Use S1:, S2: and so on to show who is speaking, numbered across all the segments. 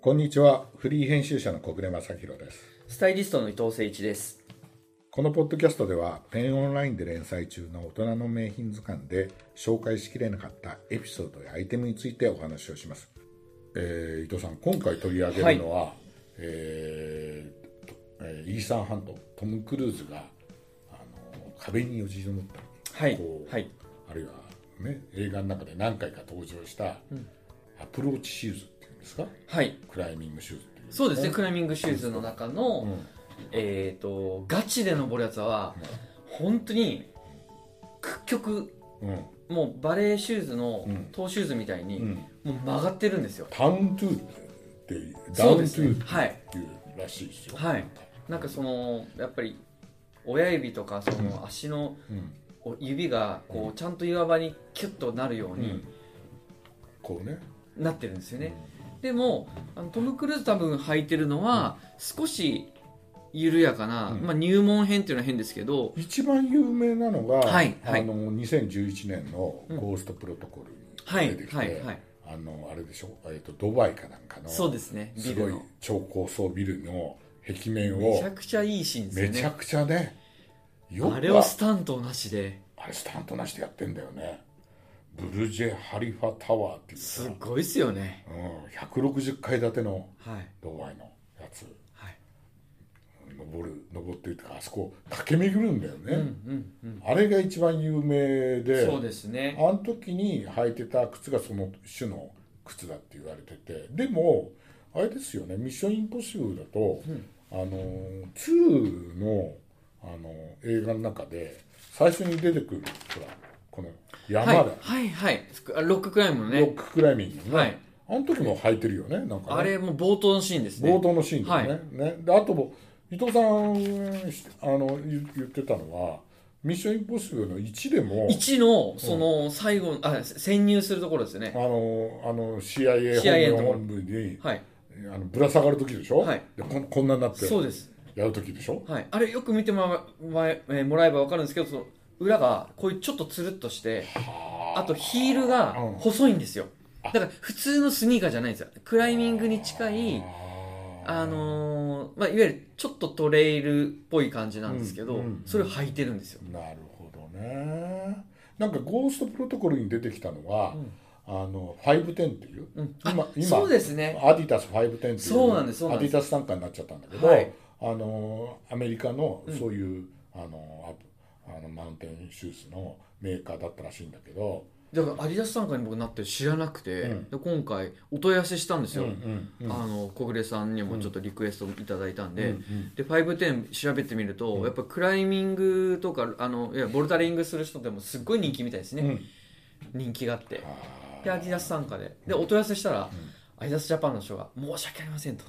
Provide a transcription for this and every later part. S1: こんにちは。フリー編集者の小暮正弘です。
S2: スタイリストの伊藤誠一です。
S1: このポッドキャストでは、ペンオンラインで連載中の大人の名品図鑑で紹介しきれなかったエピソードやアイテムについてお話をします。えー伊藤さん、今回取り上げるのは、えーとえーイーサン・ハント、トム・クルーズがあの壁によじ登ったり、
S2: はい
S1: こう
S2: はい
S1: あるいは、ね、映画の中で何回か登場したアプローチシューズっていうんですか、
S2: はい。
S1: クライミングシューズっていう、
S2: そうですね、クライミングシューズの中の、えっ、と、ガチで登るやつは、本当に、屈曲、
S1: うん
S2: もうバレーシューズの
S1: うん、
S2: トーシューズみたいに、
S1: うん
S2: もう曲がってるんですよ。
S1: タウントゥーってダウン
S2: そう
S1: ト
S2: で
S1: ゥ
S2: すね
S1: ー
S2: は
S1: っ
S2: い
S1: ていうらしいですよ。
S2: はい。なんかその、やっぱり、親指とか、その足の
S1: うん
S2: お指が、こう、ちゃんと岩場にキュッとなるように
S1: こうね。
S2: なってるんですよね。でもあのトム・クルーズ多分履いてるのは少し緩やかな、
S1: うん
S2: まあ、入門編っていうのは変ですけど
S1: 一番有名なのが、
S2: はいはい
S1: あの2011年の「ゴーストプロトコル」
S2: はい
S1: に出てきて、
S2: はいはい
S1: あのあれでしょ、えっとドバイかなんかの
S2: そうですねビ
S1: す
S2: ル
S1: ごい
S2: の
S1: 超高層ビルの壁面
S2: め
S1: を
S2: ちゃくちゃいいシーンです
S1: め
S2: よ
S1: ちゃ
S2: ね
S1: くちゃねよく
S2: あれをスタントなしで
S1: あれスタントなしでやってんだよねブルジェ・ハリファタワーっていうさ
S2: すごいっすよね
S1: うん、160階建ての
S2: はい
S1: ドバイのやつ
S2: はい
S1: 登る登っていってあそこ駆け巡るんだよね、
S2: うんうんうん
S1: あれが一番有名で
S2: そうですね
S1: あの時に履いてた靴がその種の靴だって言われててでもあれですよね「ミッション・インポッシブル」だと、あの2のあの映画の中で最初に出てくるほらこの山
S2: は
S1: だ、
S2: いはいはいあロッククライムの
S1: ロ
S2: ね
S1: ッククライミングの、
S2: はい
S1: あの時も履いてるよねなんかね
S2: あれも冒頭のシーンですね
S1: 冒頭のシーンだよね,、ねであとも伊藤さんしあの言言ってたのは「ミッション・インポッシブル」の1でも
S2: 1のその最後あ潜入するところですよ
S1: あ
S2: ね
S1: のあの
S2: CIA
S1: CIA
S2: のところ
S1: 本部本部に
S2: はい
S1: あのぶら下がる時でしょ、
S2: はい
S1: でこんこんなになって
S2: そうです
S1: やる時でしょ
S2: はい、あれよく見てもらええーもらえば分かるんですけどその裏がこういうちょっとつるっとしてあとヒールが
S1: うん
S2: 細いんですよだから普通のスニーカーじゃないんですよクライミングに近いあのーまあ、いわゆるちょっとトレイルっぽい感じなんですけど、
S1: うんうん
S2: それを履いてるんですよ
S1: なるほどねなんか「ゴーストプロトコル」に出てきたのは、あの510っていう、
S2: うんあ
S1: 今今
S2: そうですね
S1: アディタス510っていう
S2: そうなんですそうな
S1: ア
S2: ん
S1: デ
S2: で
S1: ィ
S2: す
S1: タス傘下になっちゃったんだけど、
S2: はい
S1: あのアメリカのそういう、あのアあのマウンテンシューズのメーカーだったらしいんだけど、
S2: だからアディダス参加に僕なって知らなくて、
S1: うん
S2: で今回お問い合わせしたんです
S1: うん
S2: よ、
S1: うんうん
S2: あの小暮さんにもちょっとリクエストいただいたんで、
S1: うんうん
S2: で510調べてみると、やっぱクライミングとかあのいやボルダリングする人でもすっごい人気みたいですね、
S1: うん
S2: 人気があって
S1: あ
S2: でアディダス参加ででお問い合わせしたら、アディダスジャパンの人が「申し訳ありません」と、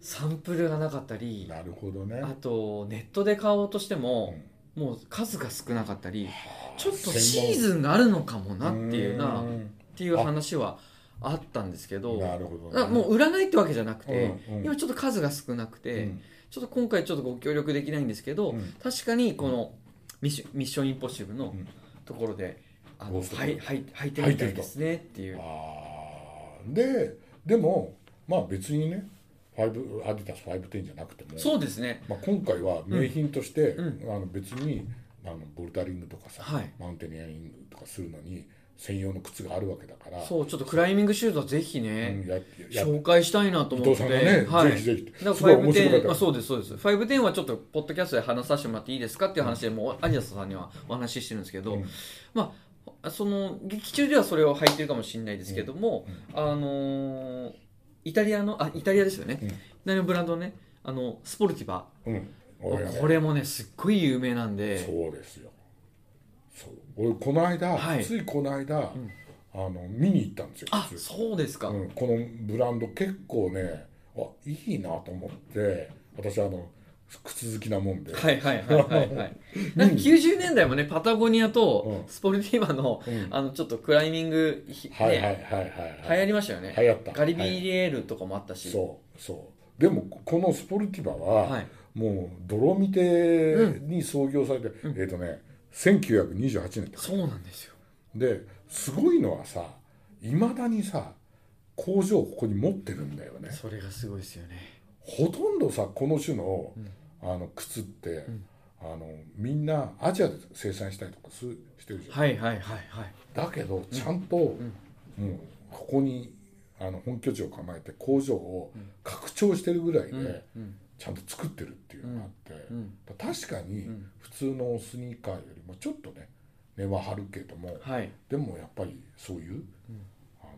S2: サンプルがなかった
S1: ー
S2: り
S1: なるほどね
S2: あとネットで買おうとしても、もう数が少なかったりちょっとシーズンがあるのかもなっていうな
S1: う
S2: っ
S1: ん
S2: ていう話はあったんですけど
S1: なるほど、
S2: あもう売らないってわけじゃなくて、
S1: うんうん
S2: 今ちょっと数が少なくて、
S1: うん
S2: ちょっと今回ちょっとご協力できないんですけど、
S1: うん
S2: 確かにこのミッション「ミッションインポッシブル」の
S1: ん
S2: ところで「あの
S1: ゴースト
S2: はいはい履いてみたいですね」っていう
S1: あーででもまあ別にね5アディタス510じゃなくても
S2: そうですね
S1: まあ、今回は名品として、
S2: う
S1: あの別にあのボルダリングとかさ、
S2: はい
S1: マウンテニアリングとかするのに専用の靴があるわけだから
S2: そうちょっとクライミングシューズはぜひ
S1: うん
S2: ね、
S1: やや
S2: 紹介したいなと
S1: 伊
S2: 思
S1: 藤さ
S2: って
S1: んがね、
S2: はい、
S1: ぜひぜひ
S2: だ
S1: す
S2: か
S1: ごい
S2: ら
S1: 面白かっ
S2: 510
S1: た
S2: あそうですそうです510はちょっとポッドキャストで話させてもらっていいですかっていう話でもうアディダスさんにはお話ししてるんですけど、
S1: うん
S2: まあその劇中ではそれを履いてるかもしれないですけども、あのーイタリアのあイタリアですよね、
S1: うん
S2: イタリアのブランドねあのスポルティバ
S1: うん
S2: こ
S1: 俺はね
S2: れもねすっごい有名なんで
S1: そうですよそう俺この間、
S2: はい
S1: ついこの間、あの見に行ったんですよ
S2: あ
S1: 靴
S2: そうですか、
S1: うん、このブランド結構ねあいいなと思って私あの靴好きなもんで、
S2: はいはいはいはい、はい、なんか90年代もねパタゴニアと
S1: うん
S2: スポルティバの,、
S1: うん
S2: あのちょっとクライミングひ、ね
S1: はいはいはいはい、
S2: 流行りましたよね
S1: 流行った
S2: ガリビーエールとかもあったし、
S1: そうそうでもこのスポルティバは、
S2: はい
S1: もう泥見てに創業されて、えっ、とね1928年って
S2: そうなんですよ
S1: ですごいのはさいまだにさ工場をここに持ってるんだよね
S2: それがすごいですよね
S1: ほとんどさこの種の,、あの靴って、
S2: ん
S1: あのみんなアジアで生産したりとかすしてるじゃん、
S2: はいはいはいはい
S1: だけどちゃんと、もうここにあの本拠地を構えて工場を拡張してるぐらいで、
S2: うん
S1: ちゃんと作ってるっていうのがあって、
S2: うん
S1: 確かに普通のスニーカーよりもちょっとね値は張るけども、
S2: はい
S1: でもやっぱりそういう、あの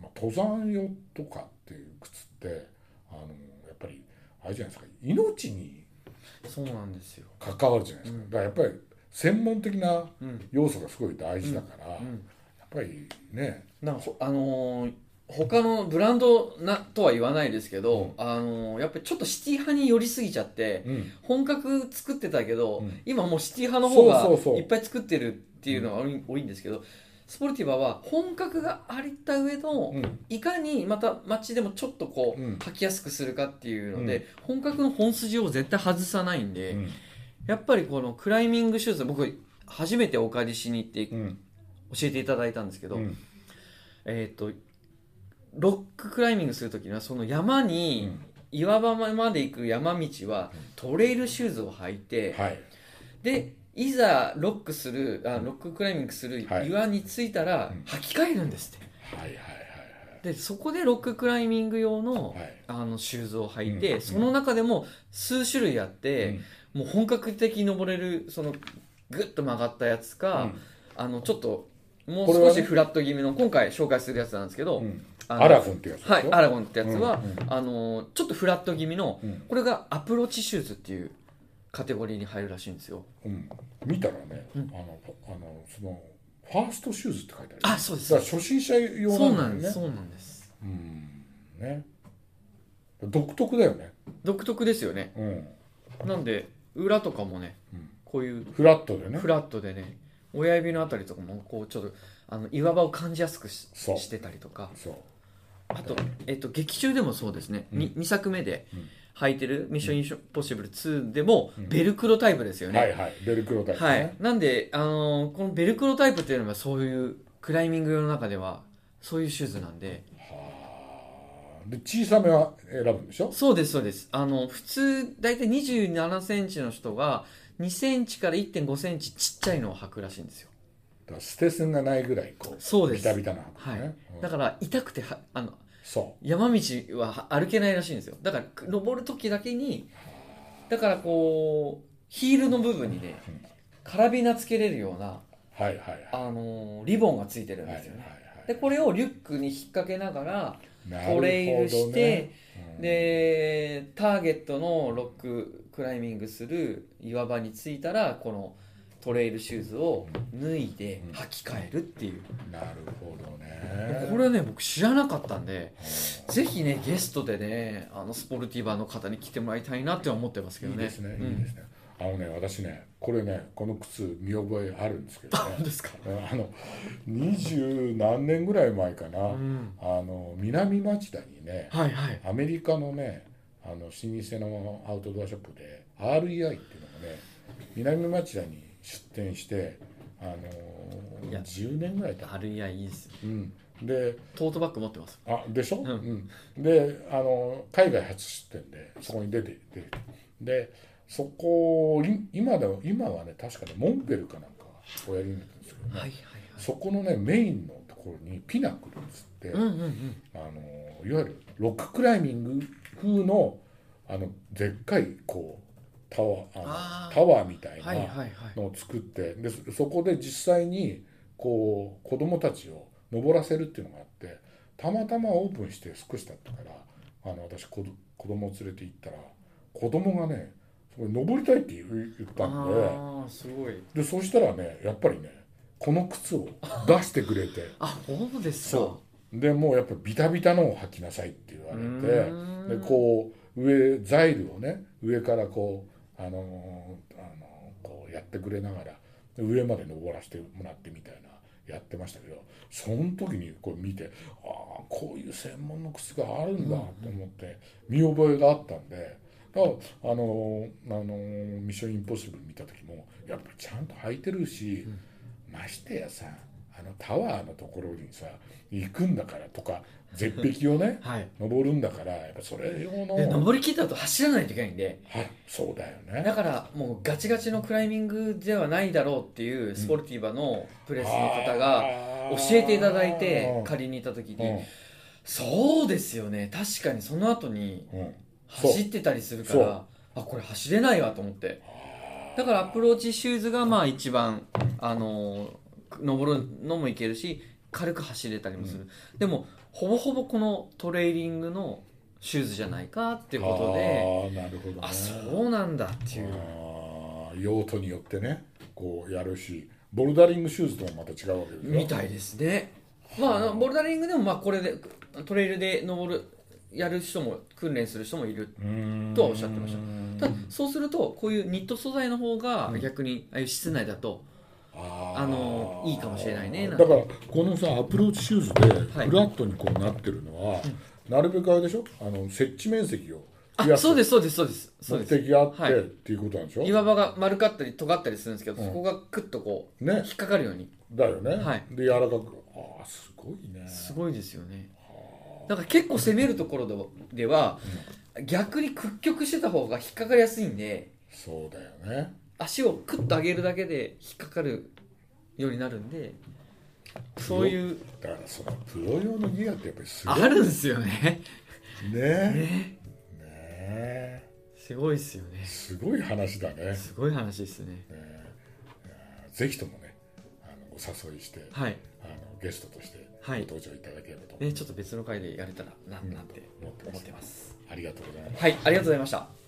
S1: まあ、登山用とかっていう靴ってあのやっぱりあれじゃないですか命に
S2: そうなんですよ
S1: 関わるじゃないですか、だからやっぱり専門的な
S2: うん
S1: 要素がすごい大事だから、
S2: うん
S1: やっぱりね
S2: なんかほあのー他のブランドなとは言わないですけど、あのーやっぱりちょっとシティ派に寄りすぎちゃって、
S1: うん
S2: 本格作ってたけど、
S1: うん
S2: 今もうシティ派の方
S1: そうそうそ
S2: が
S1: う
S2: いっぱい作ってるっていうのが多い,、んですけどスポルティバは本格がありった上の、
S1: うん
S2: いかにまた街でもちょっとこう、
S1: うん
S2: 履きやすくするかっていうので、本格の本筋を絶対外さないんで、
S1: うん
S2: やっぱりこのクライミングシューズ僕初めてお借りしに行って
S1: うん
S2: 教えていただいたんですけど、
S1: うん
S2: えっ、とロッククライミングするときにはその山
S1: う
S2: に、
S1: ん
S2: 岩場まで行く山道はトレイルシューズを履いて、
S1: はい
S2: でいざロックするあロッククライミングする
S1: はい
S2: 岩に着いたら
S1: うん
S2: 履き替えるんですって、
S1: はいはい
S2: でそこでロッククライミング用の,、
S1: はいはい
S2: あのシューズを履いて、
S1: うん
S2: その中でも数種類あって、もう本格的に登れるそのグッと曲がったやつ
S1: う
S2: か、
S1: ん
S2: あのちょっともう
S1: これは
S2: 少
S1: ね
S2: しフラット気味の今回紹介するやつなんですけど、
S1: うん
S2: あの
S1: アラフォンってやつでしょ
S2: はい、アラゴンってやつは、
S1: うん
S2: あのちょっとフラット気味の、
S1: うん
S2: これがアプローチシューズっていうカテゴリーに入るらしいんですよ
S1: うん、見たらね、
S2: うん
S1: あのあのそのファーストシューズって書いてある
S2: あそうです
S1: だから初心者用
S2: そう
S1: な
S2: なんん
S1: だ
S2: で
S1: よ
S2: す
S1: ね
S2: そうなんです
S1: うんね独特だよね、
S2: 独特ですよね
S1: うん
S2: なんで裏とかもね
S1: うん
S2: こういう
S1: フラットでね
S2: フラットでね親指のあたりとかもこうちょっとあの岩場を感じやすくし
S1: そう
S2: してたりとか
S1: そう
S2: あと、えっと、劇中でもそうですね、
S1: うん
S2: に 2, 作目で
S1: うん
S2: 履いてる「ミッション・インポッシブル2」でも、
S1: うん
S2: ベルクロタイプですよね、
S1: はいはいベルクロタイプね、
S2: はい、なんで、あのーこのベルクロタイプっていうのはそういうクライミング用の中ではそういうシューズなんで
S1: はあで小さめは選ぶんでしょ
S2: そうですそうですあの普通大体2 7センチの人が2センチから1 5センチちっちゃいのを履くらしいんですよ
S1: だから捨て線がないぐらいこう
S2: そうで
S1: ビ
S2: す
S1: タビタな
S2: は
S1: 箱
S2: い、
S1: ね、うん
S2: だから痛くてはあの
S1: そ
S2: 山道は歩けないらしいんですよだからく登る時だけにだからこうヒールの部分にね
S1: うん
S2: カラビナつけれるよう
S1: う
S2: な、
S1: はいはいはい
S2: あのーリボンがついてるん
S1: はい
S2: で
S1: はい
S2: すよね、
S1: はい
S2: でこれをリュックに引っ掛けながら
S1: なるほどね
S2: トレイルして、
S1: うん
S2: でターゲットのロッククライミングする岩場に着いたらこのトレイルシューズを脱いで
S1: うん
S2: 履き替えるっていう、
S1: なるほどね
S2: これね僕知らなかったんでぜひねゲストでねあのスポルティバの方に来てもらいたいなって思ってますけど
S1: いい
S2: ね
S1: ですね、
S2: うん
S1: いいですね。あのね、私ね、これね、この靴見覚えあるんですけど
S2: 何
S1: ね。
S2: ですか、
S1: あの二十何年ぐらい前かな、
S2: うん
S1: あの南町田にね、
S2: はいはい
S1: アメリカのね、あの老舗のアウトドアショップで REI っていうのがね、南町田に出店して、あの
S2: いや
S1: 10年ぐらい経った。
S2: REI いいです
S1: うん、で、
S2: トートバッグ持ってます
S1: あでしょ、う
S2: うん
S1: であの海外初出店でそこに出て出てでそこい今でも今はね確かねモンベルかなんかおやりになってるんですけど
S2: は
S1: ね、
S2: いはいはい
S1: そこのねメインのところにピナクルっつって、
S2: うんうんうん
S1: あのいわゆるロッククライミング風のあのでっかいこうタワーあの
S2: あー
S1: タワーみたいな、
S2: はいはいはい
S1: のを作ってでそそこで実際にこう子供たちを登らせるっていうのがあってたまたまオープンして少し経ったからあの私子ど子供を連れて行ったら子供がねそこに登りたいって言う言ったんで
S2: ああすごい
S1: でそしたらねやっぱりねこの靴を出してくれて
S2: あそうですか
S1: そうでもうやっぱビタビタのを履きなさいって言われて。で
S2: で
S1: こう上ザイルをね上からこうあのーあのーこうやってくれながら上まで登らせてもらってみたいなやってましたけどその時にこう見てああこういう専門の靴があるんだと思って見覚えがあったんでだからあのーあのーミッションインポッシブル」見た時もやっぱりちゃんと履いてるし、ましてやさあのタワーのところにさ行くんだからとか絶壁をね
S2: はい
S1: 登るんだからやっぱそれ用の
S2: で登り切った後走らないといけないんで
S1: はいそうだよね
S2: だからもうガチガチのクライミングではないだろうっていうスポルティバのプレスの方が
S1: あー
S2: 教えていただいて
S1: うん
S2: 借りに行った時
S1: うん
S2: にそうですよね確かにその後に
S1: うんそう
S2: 走ってたりするか
S1: そ
S2: らあこれ走れないわと思ってだからアプローチシューズがまあ一番あの登るのもいけるし軽く走れたりもする、でもほぼほぼこのトレーリングのシューズじゃないかっていうことで
S1: ああなるほどね
S2: あそうなんだっていう
S1: あー用途によってねこうやるしボルダリングシューズともまた違うわけでしょ
S2: みたいですねまああのボルダリングでもまあこれでトレイルで登るやる人も訓練する人もいる
S1: うーん
S2: とはおっしゃってましただそうするとこういうニット素材の方が逆にああいう室内だと
S1: あー
S2: あのいいかもしれないねなん
S1: だ
S2: て
S1: からこのさアプローチシューズで
S2: はい
S1: フラットにこうなってるのは、なるべくあれでしょあの設置面積を
S2: あそうですすそうですそうですそう
S1: 目
S2: です
S1: 的があって、
S2: はい
S1: っていうことなんでしょ
S2: 岩場が丸かったり尖ったりするんですけど、そこがクッとこう、
S1: ね
S2: 引っかかるように
S1: だよね、
S2: はい
S1: で柔らかくああすごいね
S2: すごいですよねだから結構攻めるところではでは、逆に屈曲してた方が引っかかりやすいんで
S1: そうだよね
S2: 足をクッと上げるだけで引っかかるようになるんでそういう
S1: だからそのプロ用のギアってやっぱりすごい
S2: あるんです よね
S1: ねね
S2: ね
S1: え
S2: すごいですよね
S1: すごい話だね
S2: すごい話ですね
S1: ぜひともねあのお誘いして、
S2: はい
S1: あのゲストとしてご
S2: はい
S1: 登場いただければと思
S2: ねちょっと別の回でやれたらななんて
S1: ってます
S2: 思ってます
S1: ありがとうございます
S2: はいありがとうございました